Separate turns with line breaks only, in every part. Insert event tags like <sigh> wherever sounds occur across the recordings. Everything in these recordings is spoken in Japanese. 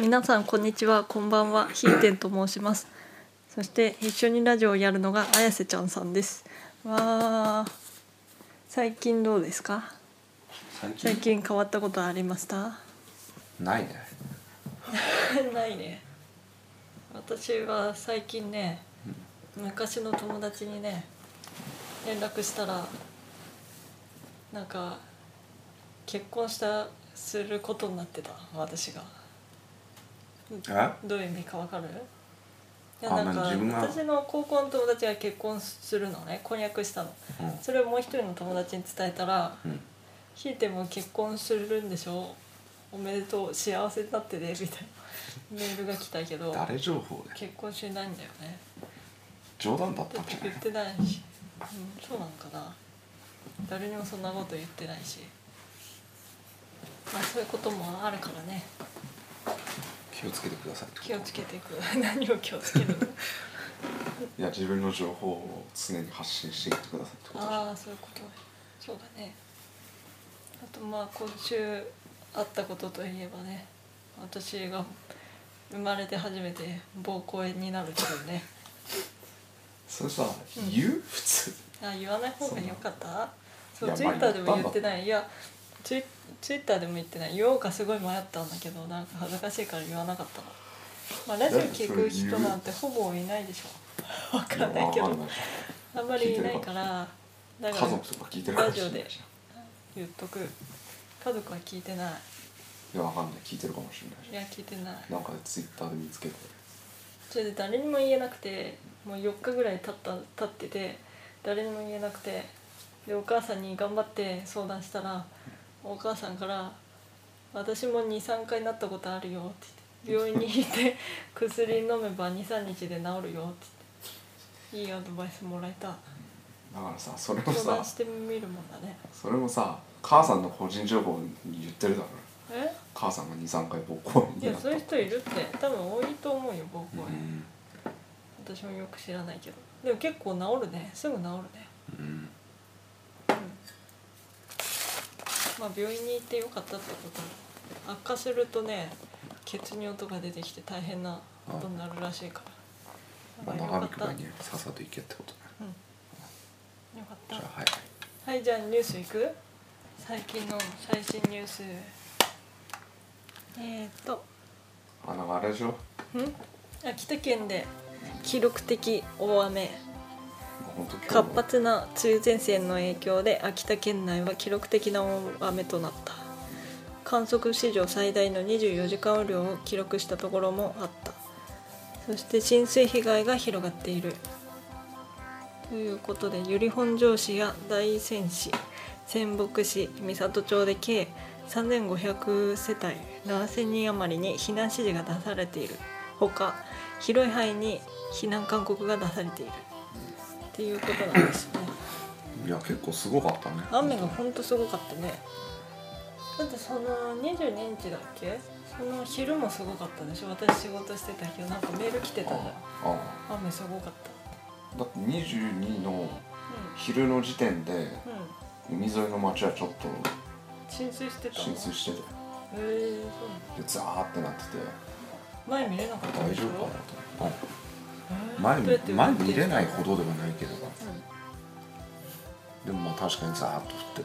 皆さんこんにちはこんばんはひーてんと申しますそして一緒にラジオをやるのが綾瀬ちゃんさんですわー最近どうですか
最
最近変わったことありました
ないね
ないね私は最近ね昔の友達にね連絡したらなんか結婚したすることになってた私が
え
どういう意味かわかるいや
あ
なんか
まあ自分が
私の高校の友達が結婚するのね婚約したの
うん
それをもう一人の友達に伝えたら
うん
「ひいても結婚するんでしょおめでとう幸せになってね」みたいなメールが来たけど
誰情報で
結婚してないんだよね
冗談だっ
だ
た
っ
んじ
て
ゃな
言っ
い
てないし、うん、そうなんかな誰にもそんなこと言ってないしまあそういうこともあるからね
気をつけてくださいってこと
気をつけていく <laughs> 何を気をつけるの
いや自分の情報を常に発信していってくださいってことじゃん
ああそういうことそうだねあとまあ今週あったことといえばね私が生まれて初めて膀胱炎になるけどね
それさ、
ん
言う普通
あ言わない方がよかったそう
いや
ツイッターでも
まあ
言ってないいやツイツイッターでも言ってない言おうかすごい迷ったんだけどなんか恥ずかしいから言わなかったのまあラジオ聞く人なんてほぼいないでしょわかんないけ
やわ
ど
かんないじ
あんまりいないから
ゃ
だ
ん
から
家族とか聞いてるかもしれないじ
ラジ言っとく家族は聞いてない
ゃんいやわかんない聞いてるかもしれない
い
じ
や聞いてない
ゃんなんかツイッターで見つけて
それで誰にも言えなくてもう4日ぐらい経った経ってて誰にも言えなくてでお母さんに頑張って相談したらお母さんから「私も23回なったことあるよ」って言って「病院に行 <laughs> って薬飲めば23日で治るよ」って言っていいアドバイスもらえた
だからさそれも
相
さ
談してみるもんだね
それもさ母さんの個人情報に言ってるだろ
え
母さんが23回暴行
い
に
や
なった
そういう人いるって多分多いと思うよ僕は。
うん
私もよく知らないけどでも結構治るねすぐ治るね
うん
まあ病院に行ってよかったってこと悪化するとね血尿とか出てきて大変なことになるらしいから
まあ
だからよか
長引く
っ
前
た
にさっさと行けってことね
よか
じゃ
っ
あはい
たはいじゃあニュースいく最近の最新ニュースえー、っと
あなんかあれでしょ
ん秋田県で記録的大雨
本当今日
活発な梅雨前線の影響で秋田県内は記録的な大雨となった観測史上最大の24時間雨量を記録したところもあったそして浸水被害が広がっているということで由利本荘市や大仙市仙北市美郷町で計3500世帯7000人余りに避難指示が出されているほか広い範囲に避難勧告が出されているっていうことなんですよね
いや結構すごかったね
雨がほんとすごかったねだってその22日だっけその昼もすごかったでしょ私仕事してたけどなんかメール来てたじ
あ
ゃ
あ
ん雨すごかった
だって22の
う
昼の時点で
ん、うん、
海沿いの町はちょっ
浸水して
と
たの
浸水してて
へえそうなの
でザーってなってて
前見れなかった
大
でし
丈
ょ
夫かなと
えー
思って
どう
前前
やって
見れない
うん
ほどではないけどでもまあ確かにザーっと降って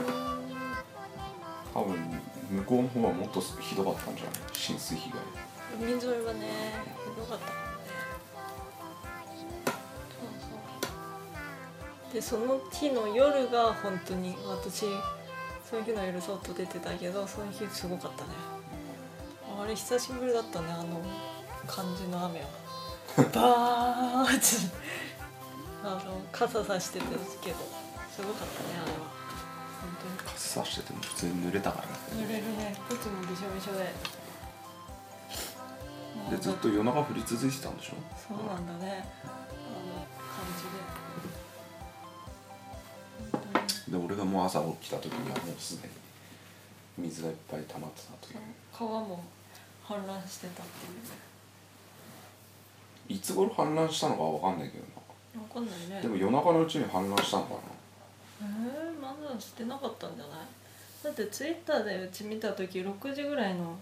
て多分向こうの方はもっとひどかったんじゃない浸水被害
海沿いはねひどかったもんねそうそうでその日の夜が本当に私その日の夜外出てたけどその日すごかったねあれ久しぶりだったねあの感じの雨はバーッてあの傘さしてたけどすごかったねあれは本当に
傘さしてても普通に濡れたからね
濡れるねいつもびしょびしょで
でずっと夜中降り続いてたんでしょ
そうなんだねあの感じで
で俺がもう朝起きた時にはもうすでに水がいっぱい溜まってたという
本当に川も氾濫してたっていう
いつ頃氾濫したのかは分かんないけどな
わかんないね
でも夜中のうちに氾濫したのかな
えー、まだしてなかったんじゃないだってツイッターでうち見た時6時ぐらいの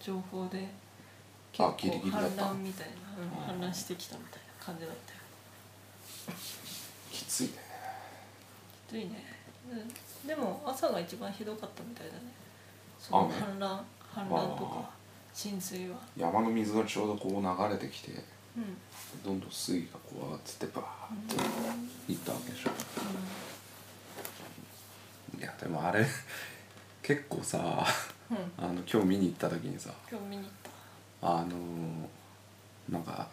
情報で結構
あギリギリだっ
氾
た
濫みたいな、うん、氾濫してきたみたいな感じだったよ
きついね
きついね、うん、でも朝が一番ひどかったみたいだねその
雨
氾濫氾濫とか浸水は
山の水がちょうどこう流れてきて
うん、
どんどん水位がこう上がってってバーっていったわけでしょ、いやでもあれ <laughs> 結構さ
うんうん、
あの今日見に行った時にさ
今日見に行った
あのなんか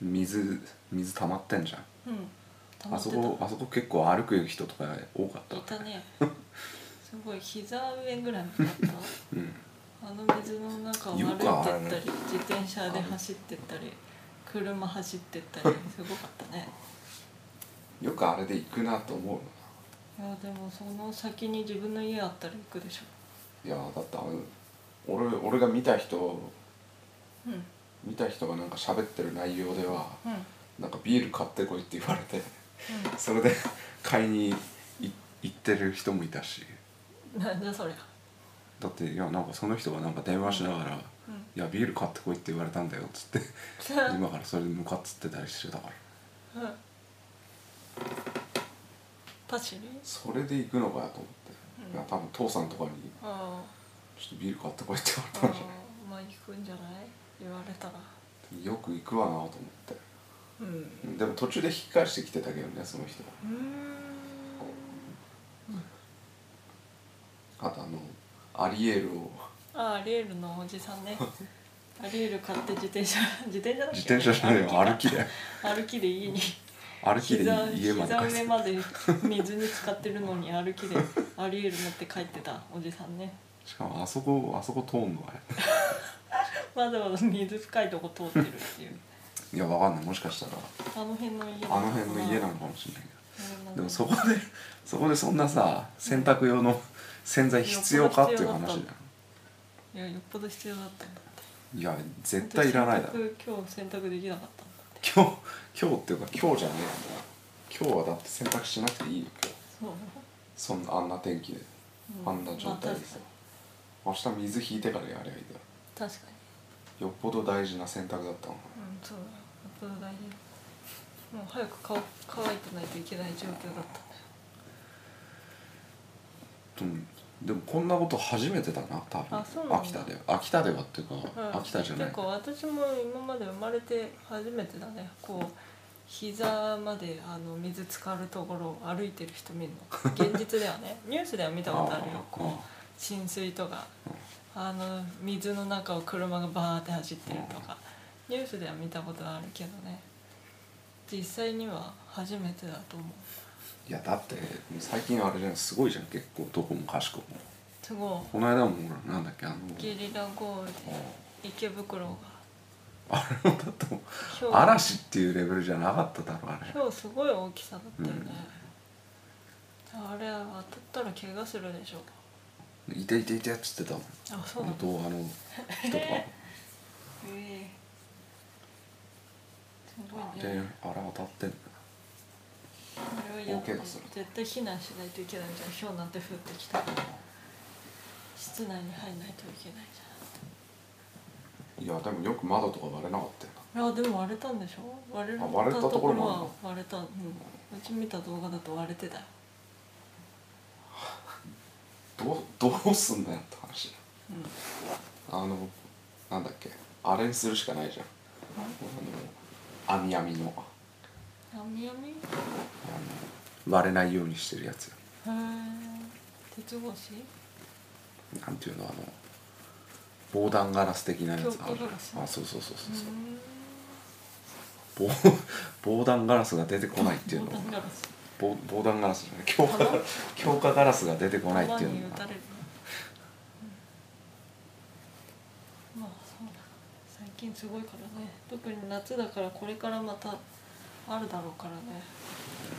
水水溜まってんじゃん
うん溜ま
あ
って
そ
た
こあそこ結構歩く人とか多かった
いたねすごい膝上ぐらいまであった
うん
あの水の中を歩いてっ
よくあ
た
る
り
ね
自転車で走ってったり車走ってったりすごかったね
よくあれで行くなと思うよ
いやでもその先に自分の家あったら行くでしょ
ないやだってあの俺俺が見た人
うんう
見た人がなんか喋ってる内容では
んうん
なんかビール買ってこいって言われてそれで <laughs> 買いにい行ってる人もいたし
なんだそりゃ
だっていやなんかその人がなんか電話しながら
う
「いやビール買ってこいって言われたんだよ」っつ
<laughs>
って
ん
今からそれに向かっつってたりしてたから
うんパシリ
それで行くのかやと思って、
うん
いや多分父さんとかに
あ
「ちょっとビール買ってこい」って言
ああ
われたんじゃない
あまあ行くんじゃない言われたら
よく行くわなと思って
うんう
でも途中で引き返してきてたけどねその人は
ーん
あとあのアリエールを
ああリエールのおじさん
<laughs>
ねアリエール買って自転車自転車だっけ
自転車じゃないよ歩きで <laughs>
歩きで家に
歩きで
膝
家まで
膝
帰っ
上
て
まで水に浸かってるのに歩きでアリエール持って帰ってたおじさんね
しかもあそこあそこ通んのあれ
わざわざ水深いとこ通ってるっていう
いやわかんないもしかしたら
あの辺の家
あの辺の家なのかもしれないけどでもそ
こ
こで <laughs> そこでそんなさ洗濯用の洗剤必要かっていう話だよ
いやよっぽど必要だったんだって
いや絶対いらないだろ
本当に洗濯今日洗濯できなかったんだって
今日今日っていうか今日じゃねえんだよ今日はだって洗濯しなくていいよ今日
そう、
そんなあんな天気で
う
あんな状態ですよ明日水引いてからやりゃいいだ
まあ確かに確か
ろよっぽど大事な洗濯だったのか
にうんそうだよよっぽど大事もう早く乾乾いてないといけない状況だったんだよ
なうんでもこんなこと初めてだな多分
あそうなんだ
秋田では秋田ではっていうか、
うん
秋田じゃない
結構私も今まで生まれて初めてだねこう膝まであの水浸かるところを歩いてる人見るの現実ではねニュースでは見たことあるよこう浸水とかあの水の中を車がバーって走ってるとかニュースでは見たことあるけどね実際には初めてだと思う
いやだって最近あれじゃんすごいじゃん結構どこもかしこも
すご
この間もほらなんだっけあの
いゲリラ豪雨で池袋が
あれもだってもう
ひょう
嵐っていうレベルじゃなかっただろあれ
今日すごい大きさだったよね、あれ当たったら怪我するでしょ
いていていてっつってたもん
あそう
あ
な
の
の
動画の人とかも
ええすごい <laughs>
であ
ね
れ当たってんだ
これはやっ
大怪我する
絶対避難しないといけないじゃんひょうなんて降ってきたら室内に入らないといけないじ
いやでもよく窓とか割れなかったよな
ゃんあでも割れたんでしょ割れ
あ割れたところもあるの
は割れた、うん、うち見た動画だと割れてたよ
どうどうすんのよって話
うん
あのなんだっけあれにするしかないじゃんあの網網の
闇闇へ
割れないようにしてるやつよ
え鉄格子
なんていうのあの防弾ガラス的なやつあ
強
る
化ガラス
あそうそうそうそううそうん防防弾ガラスが出てこないっていうの
ボタンガラス
防防弾ガラスじゃない強化ガラ強化ガラスが出てこないっていう
弾に
の
打た
が
れるうんまあそうだ最近すごいからね特に夏だからこれからまたあるだろうからね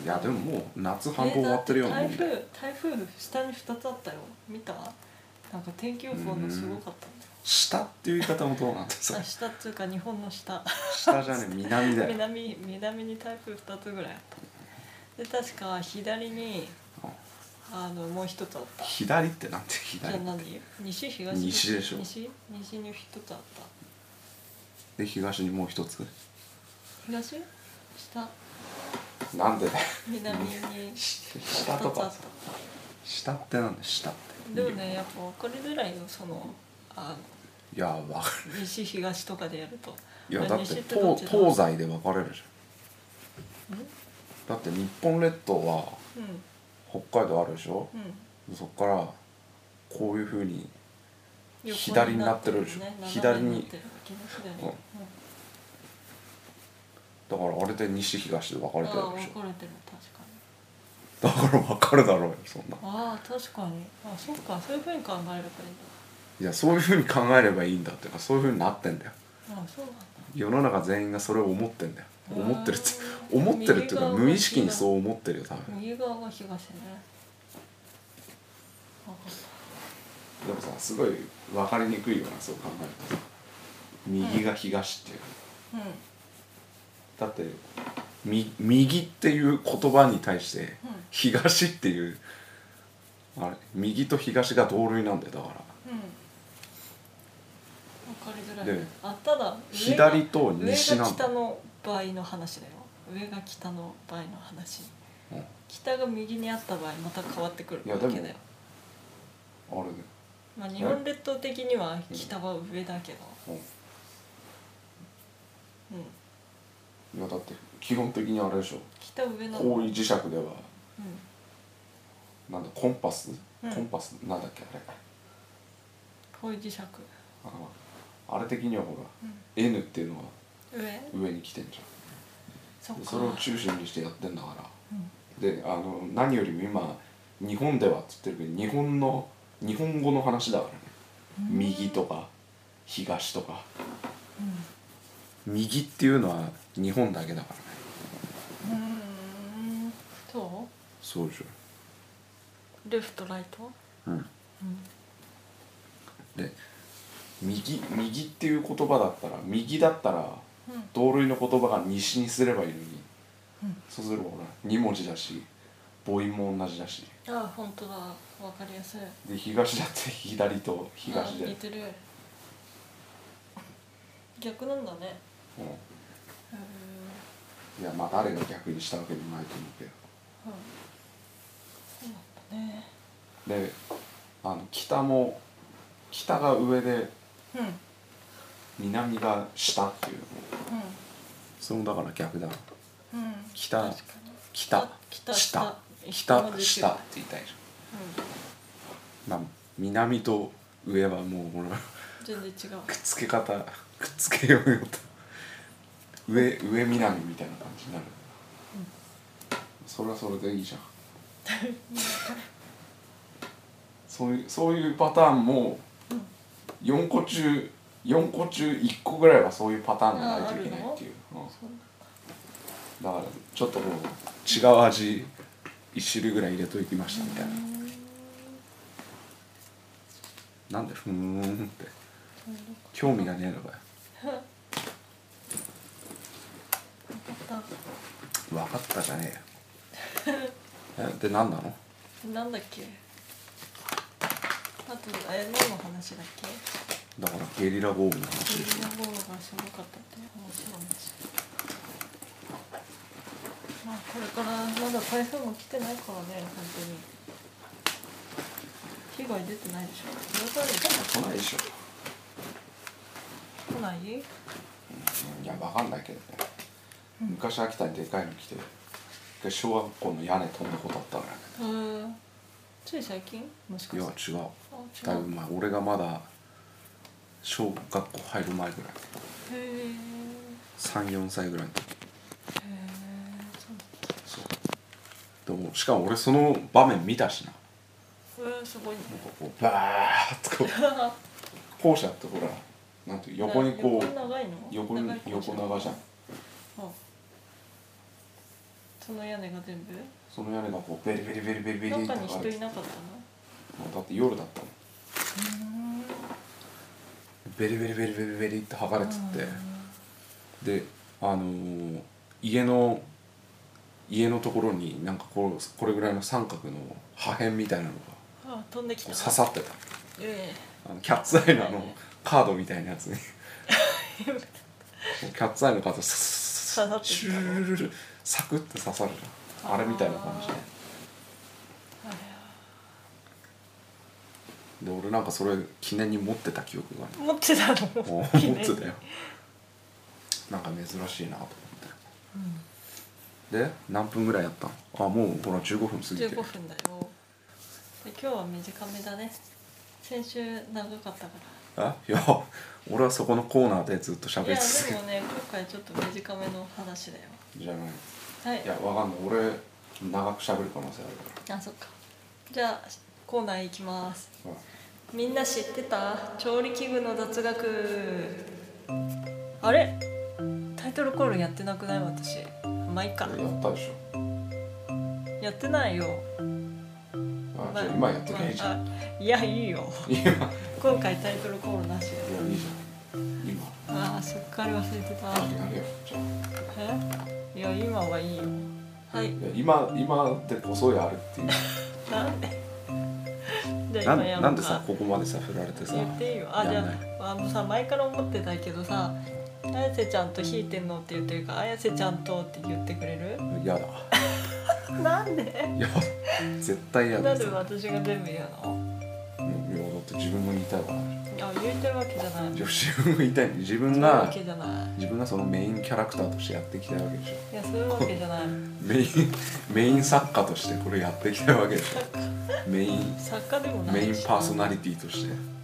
いやでももう夏半分終わってるようなも
え
ん
ーだ
で
って台風台風下に2つあったよ見たなんか天気予報のすごかったんだよ
下っていう言い方もどうなんだそ
あ
れ
下っつうか日本の下
下じゃね南だよ
南南に台風2つぐらいあったで確か左に
うん
あのもう一つあったじ
左ってなんて
ゃあ
左
何西東
西でしょ
西西に一つあった
で東にもう一つ
東下
なんでだよ
南に
下とかさ下ってなんだ下って
でもねやっぱ分かりづらいよそのあ
いやわか
の西東とかでやると
るいやだって
西ど
東
ちだ
東西で分かれるじゃん
ん
だって日本列島は
うん
北海道あるでしょ、
うん
そっからこういうふうに
横
左になってるでしょ
ね
左に
斜めなってる左に
うんだからあれで西東で分か
うん
れ
あ
てる
あ
で
分
しょ
かれてる確かに
だから分かるだろうよそんな
ああ確かにあそっかそういうふうに考えればいいん
いやそういうふうに考えればいいんだっていうかそういうふうになってんだよ
だあそうなんだ
世の中全員がそれを思ってんだよ
うん
思ってるって思ってるっていう
右
か
側が
無意識にそう思ってるよ多分
右側が東ねあ
でもさすごい分かりにくいよなそう考えるとさ右が東っていう、
うんうん
だってみ右っていう言葉に対して東っていうあれ右と東が同類なんだよだから
分かりづらいね
で
あただ上が
左と西
上
な
が
んだ
北の場合の話だよ上が北の場合の話
うん
北が右にあった場合また変わってくる
い
わ
やでも
けだよ
あれね、
まあ日本列島的には北は上だけど
う
うん
ん、いやだって基本的にあれでしょ
北上なの
方位磁石では
うん
なんだコンパス、
うん
コンパスなんだっけあれ
こういう磁石、
あのあれ的にはほ
う
ら N っていうのが
ん、上
上に来てんじ
そ
ゃ
っ
ん
か
でそれを中心にしてやってんだから
うん
であの何よりも今日本ではって言ってるけど日本の日本語の話だからね右とか東とか右っていうのは日本だけだから
うん
ね
うんそ
そうでしょ
うレフトライト
うん
うん
で右右っていう言葉だったら右だったら
うん
同類の言葉が西にすればいいのに、
うん
そうすればほら2文字だし母音も同じだし
ああ本当だわかりやすい
で東だって左と
あ
東
ー
で
似てる逆なんだね
うん
うん
いやまあ誰が逆にしたわけでもないと思うけど
そうなんだね
であの北も北が上で
うんうん
南が下っていうそれもだから逆だ
うん
北
確かに
北
北
下
北
北
北
下って言いたいじ
う
ゃん、まあ、南と上はもう俺は
ん全然違う
くっつけ方くっつけようよと上上南みたいな感じになる、
うん
それはそれでいいじゃんそういうそういうパターンも
うん
4個中4個中1個ぐらいはそういうパターンがないといけないっていう、う
そうん
だからちょっとこう違う味1種類ぐらい入れときましたみたいな、
うん
なんでふーんって興味がねえのかよ
だ
分かったじゃねえよえで何なの
なんだっけあとあやのの話だっけ
だからゲリラ豪雨の話
ゲ
でし
リ
ょ
ラ豪雨がすごかったっていう話なんですよまあこれからまだ台風も来てないからね本当に被害出てないでしょやっぱ
来ないでしょ
り来ない
うんいやわかんないけどね昔秋田にでかいの来て一回小学校の屋根飛んだことあったからね
うんつい最近もし
い
か
や
して
違う
あ
だい
違
ぶ
う
前俺がまだ小学校入る前ぐらい
へえへえ
34歳ぐらいの時
そ
そうでもしかも俺その場面見たしな
ううんすごいね
なんかこうバーッとこう校舎ってほらなんていう横に
横
こ
に
う
長いの
横に
い校舎
横長じゃん
あその屋根が全部
その屋根がこうベリベリベリベリベリっ
中
て上
に
が
人い
る
なかっ
だって夜だったもん
たの
ベリベリベリベリベリって剥が
あ
れてってであのー家の家のところになんかこれこれぐらいの三角の破片みたいなのが
あ飛んでき
こ
た
う刺さってた
え
あのキャッツアイのあのカードみたいなやつに <laughs> キャッツアイのカードス
刺さってたの
シュルルルルサクッて刺さるじゃんあれみたいな感じで
えあれ
で俺なんかそれ記念に持ってた記憶があ
<laughs> 持ってたの
る持
記念
っ
に <laughs>
てたよなんか珍しいなと思ってで何分ぐらいやったのあもうほら15分過ぎて
15
る
分だよで今日は短めだね先週長かったか
あいや俺はそこのコーナーでずっと
らい
喋
や
り続け
で
る
もね今回ちょっと短めの話だよ
じゃない
はい
いやわかんない俺長く喋る可能性あるか
あそっかじゃあコーナー行きます
ら、
みんな知ってた調理器具の雑学あれタイトルコールやってなくない私まあいっか
うん、やったでしょ
やってないよ
あじゃあ今やっときゃいいじゃん。
まあいやいいよ
今いやいい
今回タイトルコールなし
じゃん。今
ああすっかり忘れてた
あやるよ。じゃあ
えいや今はいいよはい
いや今今でこそやるっていう。
なんで <laughs> じゃ
な
あ今やる
んなんでさここまでさ振られてさ。
言っていいよあじ
やん
ゃ
ない。
ああのさ前から思ってたけどさ綾瀬ちゃんと弾いてんのって言ってるから綾瀬ちゃんとって言ってくれる
やだ。
なんで
いや絶対やだ。
なんで私が全部言うの
うんいやだって自分の言いたいから。
あ言ってるわけじゃない
いや自分の言いたい自分
そういうわ
が
けじゃない
自分がそのメインキャラクターとしてやっていきたいわけでしょ。
いやそういうわけじゃない
メインメイン作家としてこれやっていきたいわけでしょ。メイン
作家でもない
メインパーソナ
リ
リティとして。い
うん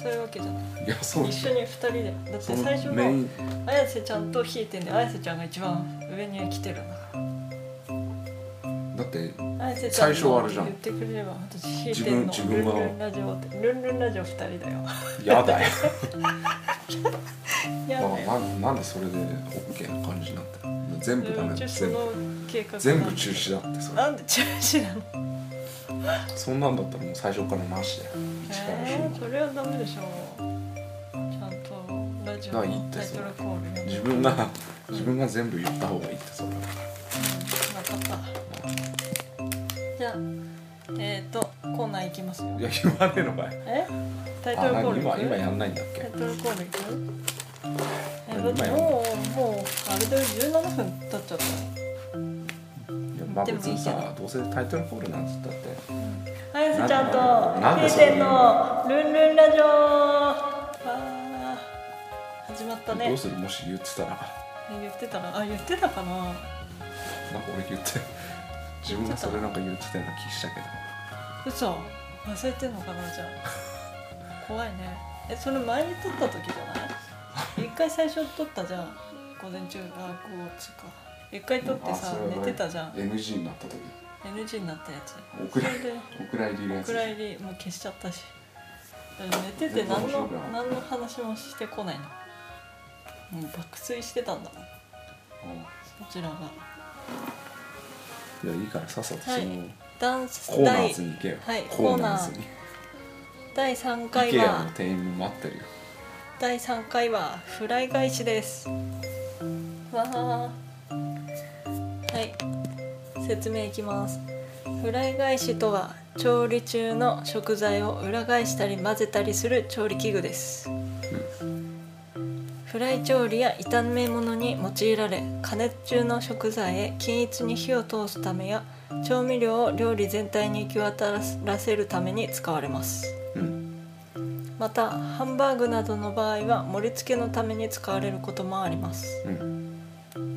そういうわけじゃない
やそうで
一
し
緒
ょ。
に二人でだって
その
最初
メイ
の
ン
綾瀬ちゃんと弾いてんで綾瀬ちゃんが一番上に来てるんだか
だって
ら綾瀬ちゃん
最初はあれじゃん
言ってくれれば私弾いてんの
自分自分
ル
が
ンルンラジオってルンルンラジオ二人だよ
やだよ。
や
だか
だ
ら
よ
なんなんでそれで OK な感じになってるの全部ダメだ
う
よ
ちそ
全部
の計画
全部中止だってそれ
なんで中止なの
そんなんだったらもう最初からなしだよ一から十
えー、
ま
それはダメでしょちゃんとラジオ
あいい
の
って
タイトルコールや
で
る
自分が自分が全部言った方がいいってそれは
うんわかったじゃあえっ、ー、とコーナーいきますよ
いや言わねえのかい
えタイト
あ
ルコー
何
ルい
今
く
今やんないんだっ
タイ
け
トルコールいくえだ
何
って
今やんの
もうもうあれで17分経っちゃった
いやまあ
でもいいけど
別にさどうせタイトルコールなんつったって
綾瀬ちゃん
なん
とペ
でそ
ー
れ
テンのルンルンラジオあー始まった
ど
ね
うするもし言ってたらなんか
え言ってたらあ言ってたかな
俺言って自分がそれなんか言ってたような気したけど
嘘忘れてんのかなじゃあ怖いねえそれ前に撮った時じゃない一回最初撮ったじゃん午前中あ午後つうか一回撮って
あ
さ
それは
寝てたじゃん
NG になった時
NG になったやつ
お蔵
それで
お蔵入りのや
お
つでしょ
蔵入りもう消しちゃったしうん寝てて
全然面
何
白
の
くない
何の話もしてこないのもう爆睡してたんだもん
うん
こちらが
いやいいからさっさとそ
はい
の
ダンス
コーナ
第
ーズに行けよ、
はい
コーナーズに
第3
IKEA
回は
の店員も待ってるよ
第3回はフライ返しですわあはい説明いきますフライ返しとは調理中の食材を裏返したり混ぜたりする調理器具ですフライ調理や炒め物に用いられ加熱中の食材へ均一に火を通すためや調味料を料理全体に行き渡らせるために使われます
うん
またハンバーグなどの場合は盛り付けのために使われることもあります
うん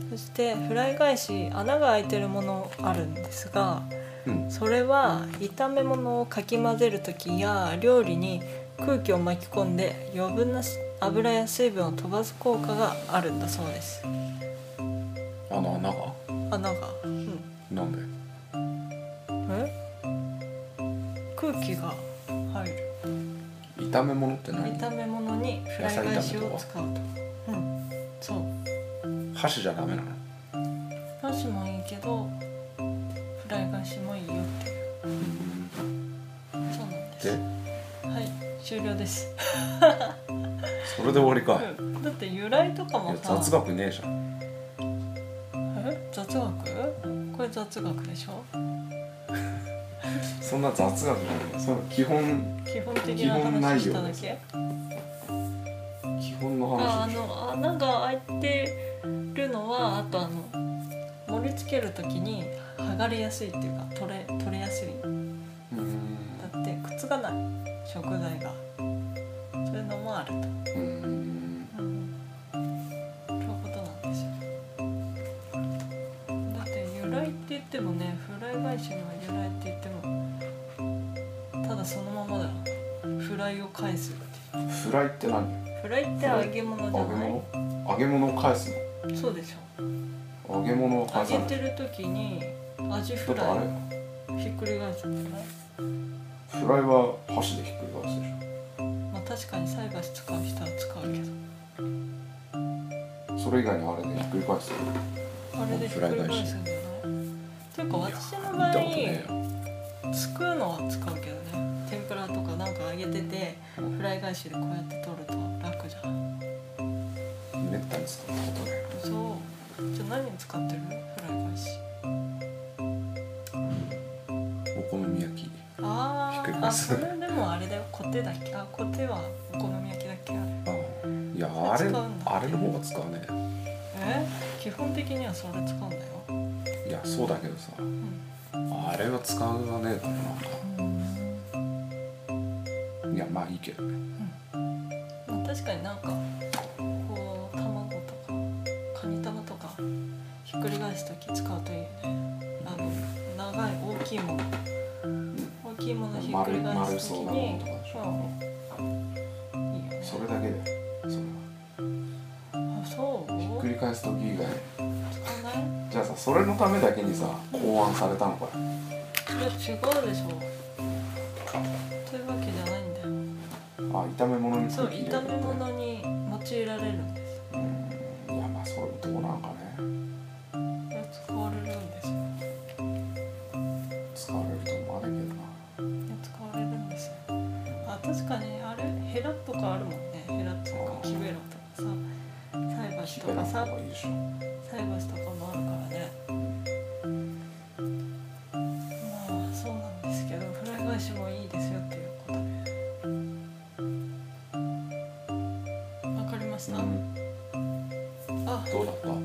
そしてフライ返し穴が開いてるものあるんですが
うん
それは炒め物をかき混ぜる時や料理に空気を巻き込んで余分な油や水分を飛ばす効果があるんだそうです
あの穴が
穴がうん
なんで
え空気が入る
炒め物って何
炒め物にフライ返しを使うとうんそう
箸じゃダメなの
ラシもいいけどフライ返しもいいよっていう
うん
そうなんです
で
はい終了です、
それで終わりかい
うん <laughs> だって由来とか
い
も
や
さ
雑学ねえじゃん
え雑学これ雑学でしょ
そんな雑学なんだよその基本
基本的な話しただけ
基本の
ああ
話
の穴が開いてるのはあとあの盛り付けるときに剥がれやすいっていうか取れ取れやすいだ
うーん
ってくっつかない食材がそういうのもあると
うーん
そういうことなんですよだって由来って言ってもねフライ返しには由来って言ってもただそのままだよフライを返すっていう
フライって何
フライって揚げ物
揚
じゃ
げ
ない
物揚げ物を返す
そうでしょ
の揚げ物を返さ
揚
ない
げ
ち
てる時にアジ
ょ
フ
っとあ
ラ
れ
イひっくり返すんじゃない
フライは箸でひっくり返すでし
まあ確かに菜箸使う人は使うけど
ょそれ以外にあれでひっくり返す
あれでひっくり返すんじゃないというか私の場
見たこと
合
ねえよ
すくうのは使うけどね天ぷらとかなんか揚げててフライ返しでこうやって取ると楽じゃん
めったに使ったことね
そうじゃあ何に使ってるフライ返し
えお好み焼きひ
あ
っくり
ーあ
返す
それでもあれだよコテだっけあコテはお好み焼きだっけあれ
ああいやあ
そ
れ
れ使うんだ
あれの方が使うね
え基本的にはそれ使うんだよ、
いやそうだけどさ
うん
あれは使わねえからなんかいやまあいいけどね
うん、確かになんかこう卵とかカニ玉とかひっくり返す時使うといいよねあの長い大きいもの大きいものひっく
丸
り
い
返
丸
す時
そうなも
に
のとかでしょ
うんいいよね
それだけだよそれは
あそう
ひっくり返す時以外
使わない
じゃあさそれのためだけにさ考案されたのかよ
それ違うでしょというわけじゃないんだよ
あ炒め物に
そう
入れ
炒
た
め物に用いられるんです
うんいやまあそれどうなんかね
使われるんですよ
使われると思わないけどな
使われるんですよあ確かにあれヘラとかあるもんねヘラとかキベロとかさ菜箸と
火
か
が
さ
いいでしょ
菜箸とかもあるからねまあそうなんですけどフライ返しもいいですよっていうことでわかりました、
うん
あ
どうだっ
え
た
どう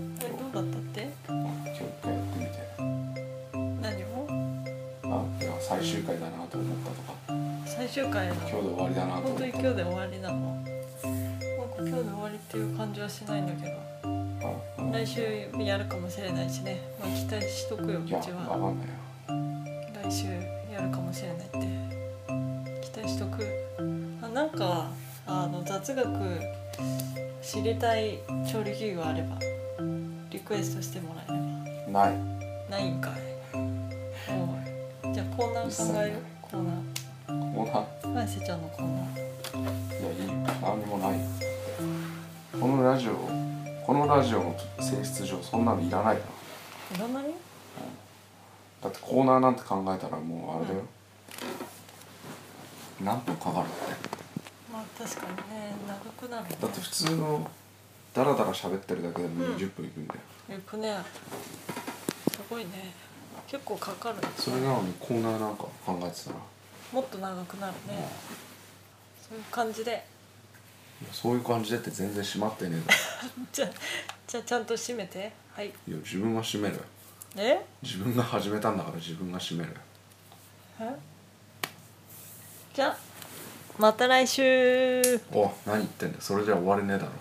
だったって
今日一回やってみて
何を
あいや最終回だなと思ったとか
最終回なの
今日で終わりだなと思
本
っ
当に今日
たとか
で終わりなのなんか今日で終わりっていう感じはしないんだけど
あうん
来週やるかもしれないしね、まあ、期待しとくよう
い
ち
やわか
は
んないよ
来週やるかもしれないって期待しとくあなんかあの雑学知りたい調理器具があればリクエストしてもらえれ
ない
ばないんかいもうじゃあコーナー考えようコーナ
もうな
ーまやせちゃんのコーナー
いやいいよ何にもないよこのラジオこのラジオの性質上そんなのいらないよ
いらない
だってコーナーなんて考えたらもうあれだよ、何分かかるって
まあ確かにね長くなるね
だって普通のダラダラ喋ってるだけでも
うん
20分いくんだよ、
行くねすごいね結構かかるね
それなのにコーナーなんか考えてたら、
もっと長くなるねそういう感じで
そういう感じでって全然閉まってねえだろ
じゃあじゃあちゃんと締めてはい
いや自分が閉めるよ
え
自分が始めたんだから自分が閉めるよ
えじゃあまた来週
お何言ってんだよそれじゃ終われねえだろ